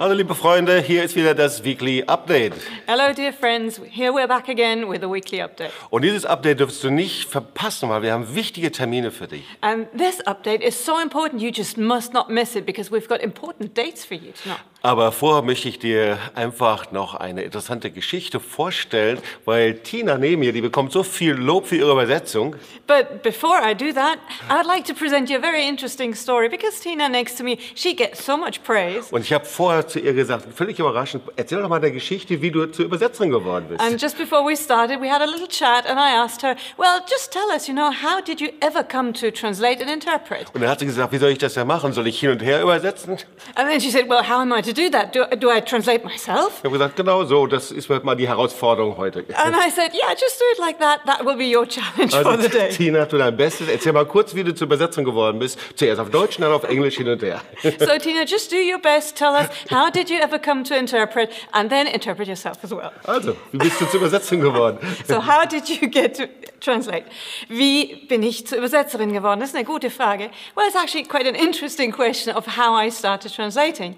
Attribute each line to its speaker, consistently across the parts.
Speaker 1: Hallo liebe Freunde, hier ist wieder das Weekly Update.
Speaker 2: Hello, dear friends. Here we're back again with a weekly update.
Speaker 1: Und dieses Update dürfst du nicht verpassen, weil wir haben wichtige Termine für dich.
Speaker 2: And this update is so important, you just must not miss it because we've got important dates for you tonight.
Speaker 1: Aber vorher möchte ich dir einfach noch eine interessante Geschichte vorstellen, weil Tina neben mir, die bekommt so viel Lob für ihre Übersetzung.
Speaker 2: But before I do that, I'd like to present you a very interesting story because Tina next to me, she gets so much praise.
Speaker 1: Und ich habe vorher zu ihr gesagt, völlig überraschend, erzähl doch mal eine Geschichte, wie du zur Übersetzerin geworden bist.
Speaker 2: And just before we started, we had a little chat, and I asked her, Well, just tell us, you know, how did you ever come to translate and interpret?
Speaker 1: Und dann hat sie gesagt, wie soll ich das denn machen? Soll ich hin und her übersetzen? Ich
Speaker 2: And then she said, Well, how am I to do that? Do, do I translate myself?
Speaker 1: habe gesagt, genau so, das ist halt mal die Herausforderung heute.
Speaker 2: And I said, Yeah, just do it like that. That will be your challenge for
Speaker 1: Also,
Speaker 2: the day.
Speaker 1: Tina, du dein Bestes. Erzähl mal kurz, wie du zur Übersetzung geworden bist. Zuerst auf Deutsch, dann auf Englisch hin und her.
Speaker 2: So, Tina, just do your best. Tell us, how did you ever come to interpret? And then interpret yourself as well.
Speaker 1: Also, wie bist du zur Übersetzung geworden?
Speaker 2: So, how did you get to translate? Wie bin ich zur Übersetzerin geworden? Das ist eine gute Frage. Well, it's actually quite an interesting question of how I started translating.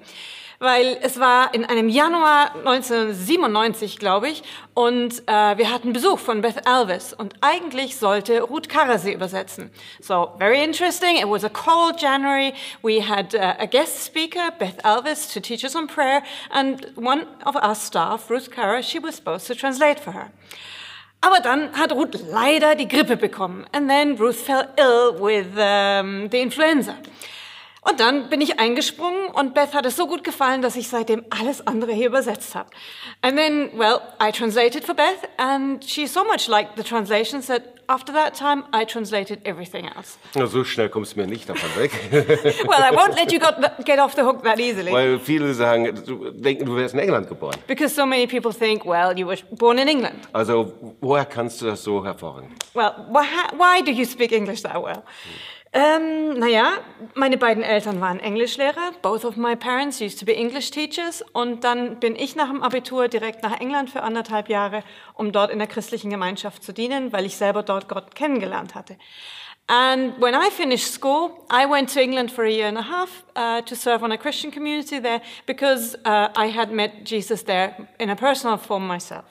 Speaker 2: Weil es war in einem Januar 1997, glaube ich, und äh, wir hatten Besuch von Beth Alvis und eigentlich sollte Ruth Karrer sie übersetzen. So, very interesting. It was a cold January. We had uh, a guest speaker, Beth Alvis, to teach us on prayer, and one of our staff, Ruth Karrer, she was supposed to translate for her. Aber dann hat Ruth leider die Grippe bekommen. And then Ruth fell ill with um, the influenza. Und dann bin ich eingesprungen und Beth hat es so gut gefallen, dass ich seitdem alles andere hier übersetzt habe. And then, well, I translated for Beth and she so much liked the translations that after that time I translated everything else.
Speaker 1: Na, so schnell kommst du mir nicht davon weg.
Speaker 2: Well, I won't let you got, get off the hook that easily.
Speaker 1: Weil viele sagen, du, denken, du wärst in England geboren.
Speaker 2: Because so many people think, well, you were born in England.
Speaker 1: Also, woher kannst du das so hervorragen?
Speaker 2: Well, why, why do you speak English that well? Ähm, naja, meine beiden Eltern waren Englischlehrer. Both of my parents used to be English teachers. Und dann bin ich nach dem Abitur direkt nach England für anderthalb Jahre, um dort in der christlichen Gemeinschaft zu dienen, weil ich selber dort Gott kennengelernt hatte. And when I finished school, I went to England for a year and a half uh, to serve on a Christian community there because uh, I had met Jesus there in a personal form myself.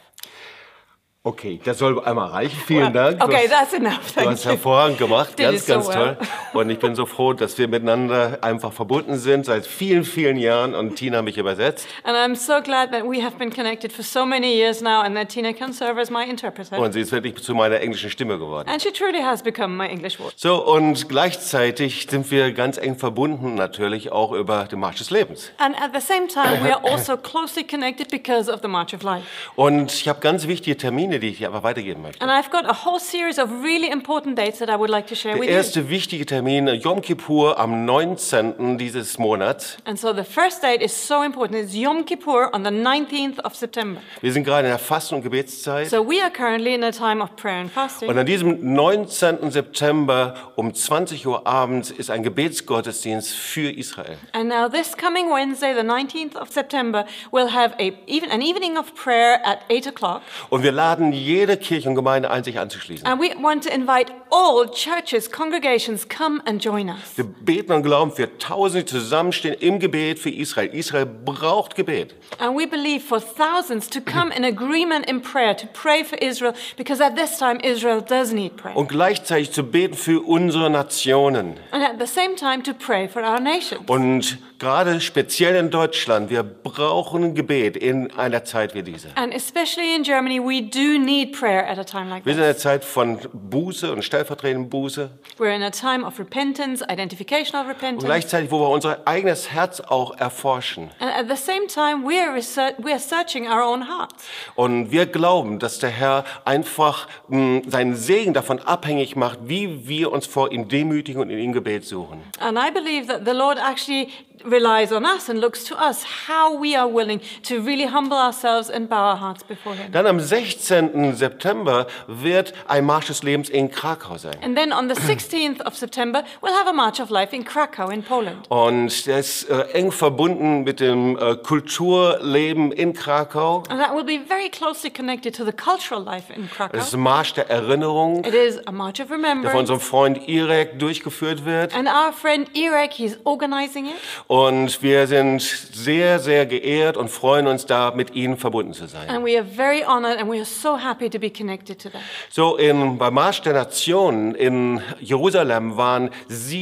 Speaker 1: Okay, das soll einmal reichen. Vielen Dank. Du
Speaker 2: Okay,
Speaker 1: hast-
Speaker 2: that's enough.
Speaker 1: Du
Speaker 2: Thank
Speaker 1: hast
Speaker 2: you.
Speaker 1: hervorragend gemacht,
Speaker 2: Did
Speaker 1: ganz,
Speaker 2: it so
Speaker 1: ganz toll.
Speaker 2: well.
Speaker 1: Und ich bin so froh, dass wir miteinander einfach verbunden sind seit vielen, vielen Jahren und Tina mich übersetzt.
Speaker 2: And I'm so glad that we have been connected for so many years now and that Tina can serve as my interpreter.
Speaker 1: Und sie ist wirklich zu meiner englischen Stimme geworden.
Speaker 2: and she truly has become my English voice.
Speaker 1: So, und gleichzeitig sind wir ganz eng verbunden natürlich auch über den Marsch des Lebens.
Speaker 2: And at the same time, we are also closely connected because of the March of Life.
Speaker 1: Und ich habe ganz wichtige Termine, die ich dir einfach weitergeben möchte.
Speaker 2: And I've got a whole series of really important dates that I would like to share
Speaker 1: Der
Speaker 2: with you.
Speaker 1: erste wichtige Termin, Yom Kippur, am 19. dieses Monats.
Speaker 2: And so the first date is so important. It's Yom Kippur on the 19th of September.
Speaker 1: Wir sind gerade in der Fasten- und Gebetszeit.
Speaker 2: So we are currently in a time of prayer and fasting.
Speaker 1: Und an diesem 19. September um 20 Uhr abends ist ein Gebetsgottesdienst für Israel.
Speaker 2: And now this coming Wednesday, the 19th of September, we'll have a, even, an evening of prayer at 8 o'clock.
Speaker 1: Und wir laden jede Kirche und Gemeinde ein, sich anzuschließen.
Speaker 2: And we want to invite all churches, congregations, come and join us.
Speaker 1: Wir beten und glauben für Tausende, die zusammenstehen im Gebet für Israel. Israel braucht Gebet.
Speaker 2: And we believe for thousands to come in agreement in prayer, to pray for Israel, because at this time Israel does need prayer.
Speaker 1: Und gleichzeitig zu beten für unsere Nationen.
Speaker 2: And at the same time to pray for our nation.
Speaker 1: Oh. Und gerade speziell in Deutschland, wir brauchen Gebet in einer Zeit wie dieser.
Speaker 2: And especially in Germany, we do need prayer at a time like
Speaker 1: Wir sind in
Speaker 2: this.
Speaker 1: der Zeit von Buße und stellvertretenden Buße.
Speaker 2: We're in a time of repentance, identification of
Speaker 1: Und
Speaker 2: repentance.
Speaker 1: gleichzeitig, wo wir unser eigenes Herz auch erforschen.
Speaker 2: And at the same time, we're, research- we're searching our own hearts.
Speaker 1: Und wir glauben, dass der Herr einfach mh, seinen Segen davon abhängig macht, wie wir uns vor ihm demütigen und in ihm Gebet suchen.
Speaker 2: And I believe that the Lord actually relies on us and looks to us how we are willing to really humble ourselves and bow our hearts before Him.
Speaker 1: Dann am 16. September wird ein Marsch des Lebens in Krakau sein.
Speaker 2: And then on the 16th of September, we'll have a March of Life in Krakow in Poland.
Speaker 1: Und der ist äh, eng verbunden mit dem äh, Kulturleben in Krakau.
Speaker 2: And that will be very closely connected to the cultural life in Krakow.
Speaker 1: Das ist ein Marsch der Erinnerung,
Speaker 2: It is a March
Speaker 1: der
Speaker 2: of
Speaker 1: von
Speaker 2: Remembrance.
Speaker 1: unserem Freund Irek durchgeführt wird.
Speaker 2: And our friend Irek, he's organizing it.
Speaker 1: Und wir sind sehr, sehr geehrt und freuen uns da, mit Ihnen verbunden zu sein.
Speaker 2: And we are very honored and we are so happy to be connected to them.
Speaker 1: So, in, beim Marsch der Nation in Jerusalem waren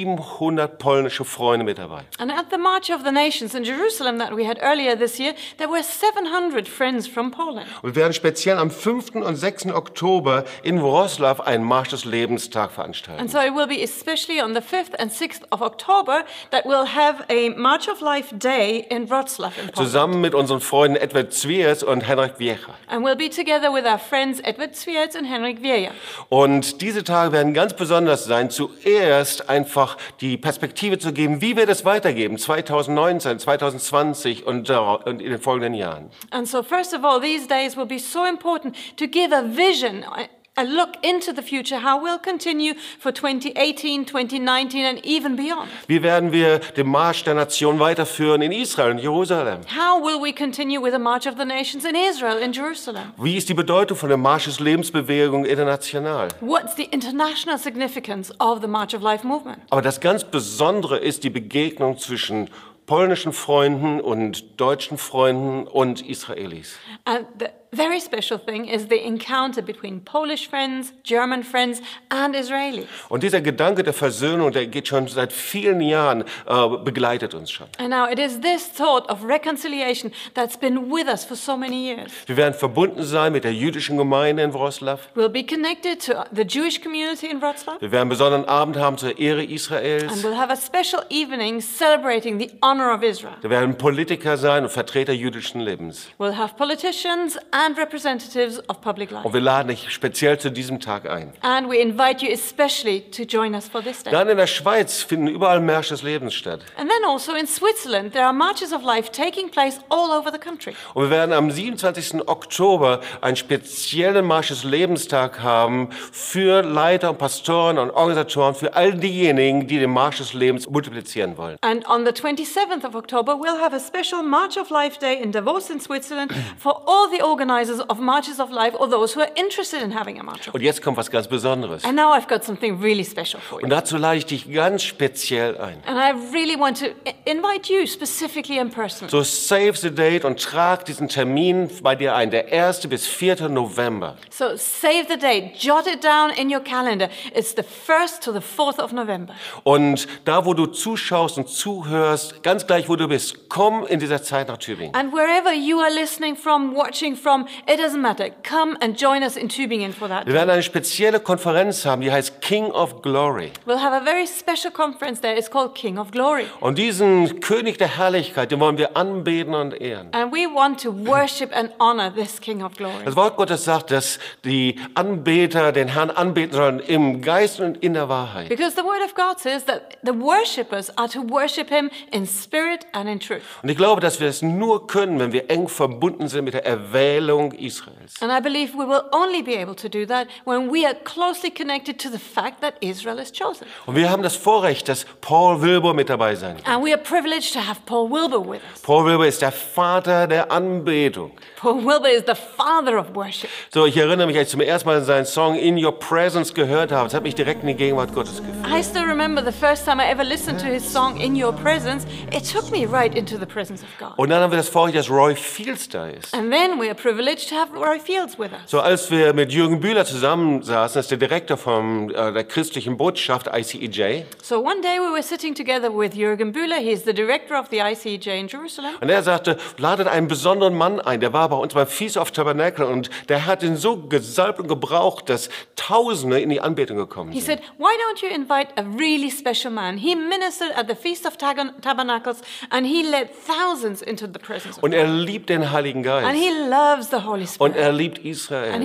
Speaker 1: 700 polnische Freunde mit dabei.
Speaker 2: And at the March of the Nations in Jerusalem that we had earlier this year, there were 700 friends from Poland.
Speaker 1: Und wir werden speziell am 5. und 6. Oktober in Wroclaw einen Marsch des Lebenstag veranstalten.
Speaker 2: And so it will be especially on the 5th and 6th of October that we'll have a March of Life Day in Wroclaw in Poland.
Speaker 1: Zusammen mit unseren Freunden Edward Zwiers und Henrik Viecha.
Speaker 2: And we'll be together with our friends Edward Swiat and Henrik Vieja.
Speaker 1: Und diese Tage werden ganz besonders sein. Zuerst einfach die Perspektive zu geben, wie wir das weitergeben, 2019, 2020 und, dara- und in den folgenden Jahren.
Speaker 2: And so, first of all, these days will be so important to give a vision, a- a look into the future, how we'll continue for 2018, 2019, and even beyond.
Speaker 1: Wie werden wir den Marsch der Nation weiterführen in Israel und Jerusalem?
Speaker 2: How will we continue with the March of the Nations in Israel, in Jerusalem?
Speaker 1: Wie ist die Bedeutung von der Marsch des Lebensbewegung international?
Speaker 2: What's the international significance of the March of Life movement?
Speaker 1: Aber das ganz Besondere ist die Begegnung zwischen polnischen Freunden und deutschen Freunden und Israelis.
Speaker 2: And the very special thing is the encounter between Polish friends, German friends, and Israelis.
Speaker 1: Und dieser Gedanke der Versöhnung, der geht schon seit vielen Jahren, äh, begleitet uns schon.
Speaker 2: And now it is this thought of reconciliation that's been with us for so many years.
Speaker 1: Wir werden verbunden sein mit der jüdischen Gemeinde in Wroclaw.
Speaker 2: We'll be connected to the Jewish community in Wroclaw,
Speaker 1: Wir werden einen besonderen Abend haben zur Ehre
Speaker 2: and
Speaker 1: Israels.
Speaker 2: we'll have a special evening celebrating the honor of Israel.
Speaker 1: Da werden Politiker sein und Vertreter jüdischen Lebens.
Speaker 2: We'll have politicians and representatives of public life.
Speaker 1: Und wir laden dich speziell zu diesem Tag ein.
Speaker 2: And we invite you especially to join us for this day.
Speaker 1: Dann in der Schweiz finden überall Märsche des Lebens statt.
Speaker 2: And then also in Switzerland, there are marches of life taking place all over the country.
Speaker 1: Und wir werden am 27. Oktober einen speziellen Marsch des Lebenstag haben für Leiter und Pastoren und Organisatoren, für all diejenigen, die den Marsch des Lebens multiplizieren wollen.
Speaker 2: And on the 27th of October, we'll have a special March of Life Day in Davos in Switzerland for all the organizers of marches of life or those who are interested in having a march. of-
Speaker 1: Und jetzt kommt was ganz Besonderes.
Speaker 2: And now I've got something really special for you.
Speaker 1: Und dazu lade ich dich ganz speziell ein.
Speaker 2: And I really want to i- invite you specifically in person.
Speaker 1: So save the date und trag diesen Termin bei dir ein, der 1. bis 4. November.
Speaker 2: So save the date, jot it down in your calendar. It's the 1st to the 4th of November.
Speaker 1: Und da, wo du zuschaust und zuhörst, ganz gleich, wo du bist, komm in dieser Zeit nach Tübingen.
Speaker 2: And wherever you are listening from, watching from, it doesn't matter. Come and join us in Tübingen for that.
Speaker 1: Wir werden eine spezielle Konferenz haben, die heißt King of Glory.
Speaker 2: We'll have a very special conference there. It's called King of Glory.
Speaker 1: Und diesen König der Herrlichkeit, den wollen wir anbeten und ehren.
Speaker 2: And we want to worship and honor this King of Glory.
Speaker 1: Das Wort Gottes sagt, dass die Anbeter den Herrn anbeten sollen im Geist und in der Wahrheit.
Speaker 2: Because the Word of God says that the worshippers are to worship Him in spirit and in truth.
Speaker 1: Und ich glaube, dass wir es nur können, wenn wir eng verbunden sind mit der Erwählung Israels.
Speaker 2: And I believe we will only be able to do that when we are closely connected to the fact that Israel is chosen.
Speaker 1: Und wir haben das Vorrecht, dass Paul Wilbur mit dabei sein kann.
Speaker 2: And we are privileged to have Paul Wilbur with us.
Speaker 1: Paul Wilbur ist der Vater der Anbetung.
Speaker 2: Paul Wilbur is the father of worship.
Speaker 1: So, ich erinnere mich, als ich zum ersten Mal seinen Song In Your Presence gehört habe, das hat mich direkt in die Gegenwart Gottes geführt.
Speaker 2: I still remember the first time I ever listened to his song In Your Presence. It took me right into the presence of God.
Speaker 1: Und dann haben wir das Vorrecht, dass Roy Fields da ist.
Speaker 2: And then we are privileged to have Roy Fields with us.
Speaker 1: So, als wir mit Jürgen Bühler zusammensaßen, das ist der Direktor vom, äh, der christlichen Botschaft E ICEJ,
Speaker 2: So one day we were sitting together with Jürgen Bühler. He's the director of the ICJ in Jerusalem.
Speaker 1: und er sagte, ladet einen besonderen Mann ein, der war bei uns beim Feast of Tabernacle und der hat ihn so gesalbt und gebraucht, dass Tausende in die Anbetung gekommen
Speaker 2: He
Speaker 1: sind.
Speaker 2: said, Why don't you invite a really special man? He ministered at the Feast of Tagan- Tabernacles and he led thousands into the presence of God.
Speaker 1: Und er liebt den Heiligen Geist.
Speaker 2: And he loves the Holy
Speaker 1: Und
Speaker 2: Spirit.
Speaker 1: er liebt
Speaker 2: And he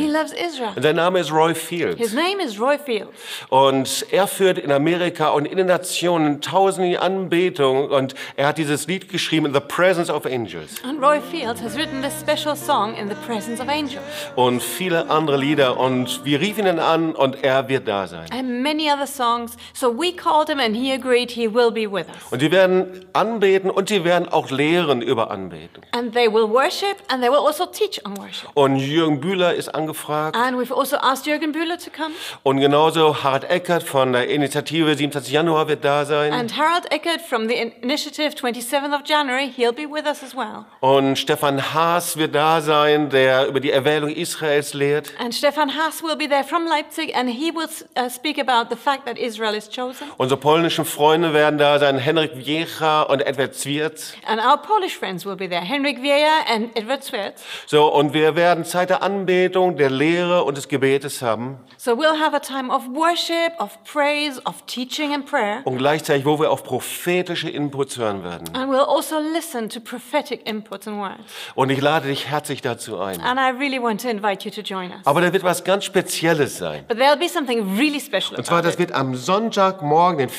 Speaker 1: Israel.
Speaker 2: loves Israel.
Speaker 1: Und sein Name ist Roy Fields.
Speaker 2: His name is Roy Fields.
Speaker 1: Und er führt in Amerika und in den Nationen Tausende in Anbetung. Und er hat dieses Lied geschrieben, In the Presence of Angels.
Speaker 2: And Roy Fields has written this special song in the presence of angels.
Speaker 1: Und viele andere Lieder. Und wir riefen ihn an und er wird da sein.
Speaker 2: and many other songs. So we called him and he agreed he will be with us.
Speaker 1: Und die werden anbeten und die werden auch lehren über Anbetung.
Speaker 2: And they will worship and they will also teach on on worship.
Speaker 1: Und Jürgen Bühler ist angefragt.
Speaker 2: And we've also asked Jürgen Bühler to come.
Speaker 1: Und genauso Harald Eckert von der Initiative 27. Januar wird da sein.
Speaker 2: And Harold Eckert from the in- initiative 27th of January, he'll be with us as well.
Speaker 1: Und Stefan Haas wird da sein, der über die Erwählung Israels lehrt.
Speaker 2: And Stefan Haas will be there from Leipzig and he will uh, speak about the fact that Israel is chosen.
Speaker 1: Unsere polnischen Freunde werden da sein, Henrik Wiecha und Edward Zwierz.
Speaker 2: And our Polish friends will be there, Henrik Vieja and Edward Swerts.
Speaker 1: So, und wir werden Zeit der Anbetung, der Lehre und des Gebetes haben.
Speaker 2: So we'll have a time of worship, of praise, of teaching and prayer.
Speaker 1: Und gleichzeitig, wo wir auf prophetische Inputs hören werden.
Speaker 2: And we'll also listen to prophetic inputs and words.
Speaker 1: Und ich lade dich herzlich dazu ein.
Speaker 2: And I really want to invite you to join us.
Speaker 1: Aber da wird was ganz Spezielles sein.
Speaker 2: But there'll be something really special
Speaker 1: Und zwar,
Speaker 2: about
Speaker 1: das
Speaker 2: it.
Speaker 1: wird am Sonntagmorgen, den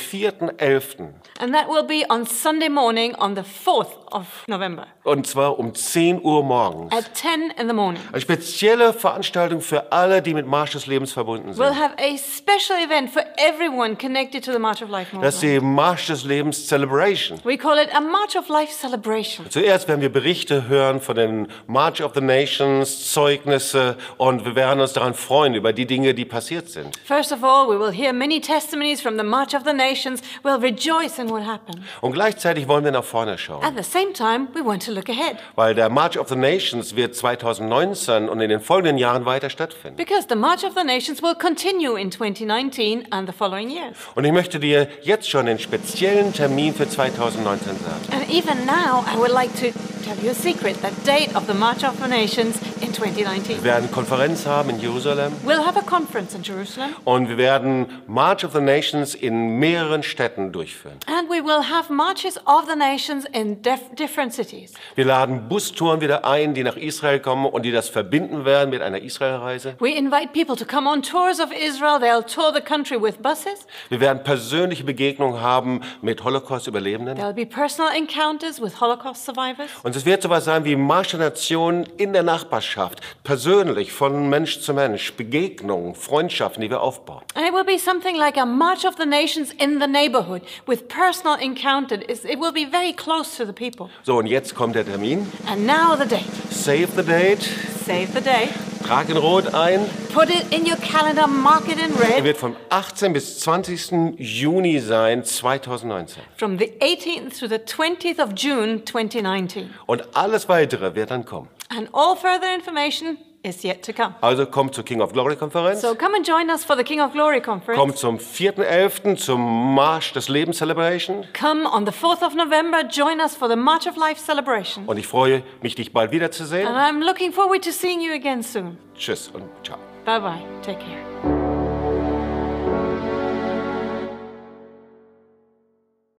Speaker 1: 4.11.
Speaker 2: And that will be on Sunday morning on the 4th of November
Speaker 1: Und zwar um 10 Uhr morgens.
Speaker 2: at 10 in the morning.
Speaker 1: Eine spezielle Veranstaltung für alle, die mit Marsch des Lebens verbunden
Speaker 2: We'll
Speaker 1: sind.
Speaker 2: have a special event for everyone connected to the March of Life
Speaker 1: Das
Speaker 2: movement.
Speaker 1: ist die Marsch des Lebens Celebration.
Speaker 2: We call it a March of Life celebration.
Speaker 1: Zuerst werden wir Berichte hören von den March of the Nations, Zeugnisse und wir werden uns daran freuen über die Dinge, die passiert sind.
Speaker 2: First of all, we will hear many testimonies from the March of the Nations. We'll rejoice in what happened.
Speaker 1: Und gleichzeitig wollen wir nach vorne schauen,
Speaker 2: At the same time, we want to look ahead
Speaker 1: weil der March of the Nations wird 2019 und in den folgenden Jahren weiter stattfinden.
Speaker 2: because the March of the Nations will continue in 2019 and the following years.
Speaker 1: Und ich möchte dir jetzt schon den speziellen Termin für 2019 sagen.
Speaker 2: And even now, I would like to tell you a secret the date of the March of the Nations in 2019.
Speaker 1: Wir werden Konferenz haben in Jerusalem
Speaker 2: We'll have a conference in Jerusalem
Speaker 1: und wir werden March of the Nations in mehreren Städten durchführen.
Speaker 2: and we will have marches of the nations in def- different cities.
Speaker 1: Wir laden Bustouren wieder ein, die nach Israel kommen und die das verbinden werden mit einer Israelreise.
Speaker 2: We invite people to come on tours of Israel. They'll tour the country with buses.
Speaker 1: Wir werden persönliche Begegnungen haben mit Holocaust-Überlebenden.
Speaker 2: There'll be personal encounters with Holocaust survivors.
Speaker 1: Und es wird sowas sein wie Marsch der Nationen in der Nachbarschaft, persönlich von Mensch zu Mensch, Begegnungen, Freundschaften, die wir aufbauen.
Speaker 2: And it will be something like a march of the nations in the neighborhood with personal encounter. It's- It will be very close to the people.
Speaker 1: So, und jetzt kommt der Termin.
Speaker 2: And now the date.
Speaker 1: Save the date,
Speaker 2: Save the day.
Speaker 1: trag in Rot ein.
Speaker 2: Put it in your calendar, mark it in
Speaker 1: Er
Speaker 2: red.
Speaker 1: wird vom 18. bis 20. Juni sein, 2019.
Speaker 2: From the 18th to the 20th of June 2019.
Speaker 1: Und alles Weitere wird dann kommen.
Speaker 2: And all further information is yet to come.
Speaker 1: Also kommt zur King of Glory Konferenz.
Speaker 2: So come and join us for the King of Glory conference.
Speaker 1: Kommt zum 4.11. zum Marsch des Lebens Celebration.
Speaker 2: Come on the 4th of November, join us for the March of Life celebration.
Speaker 1: Und ich freue mich, dich bald
Speaker 2: Ah.
Speaker 1: wiederzusehen.
Speaker 2: And I'm looking forward to seeing you again soon.
Speaker 1: Tschüss und ciao.
Speaker 2: Bye bye. Take care.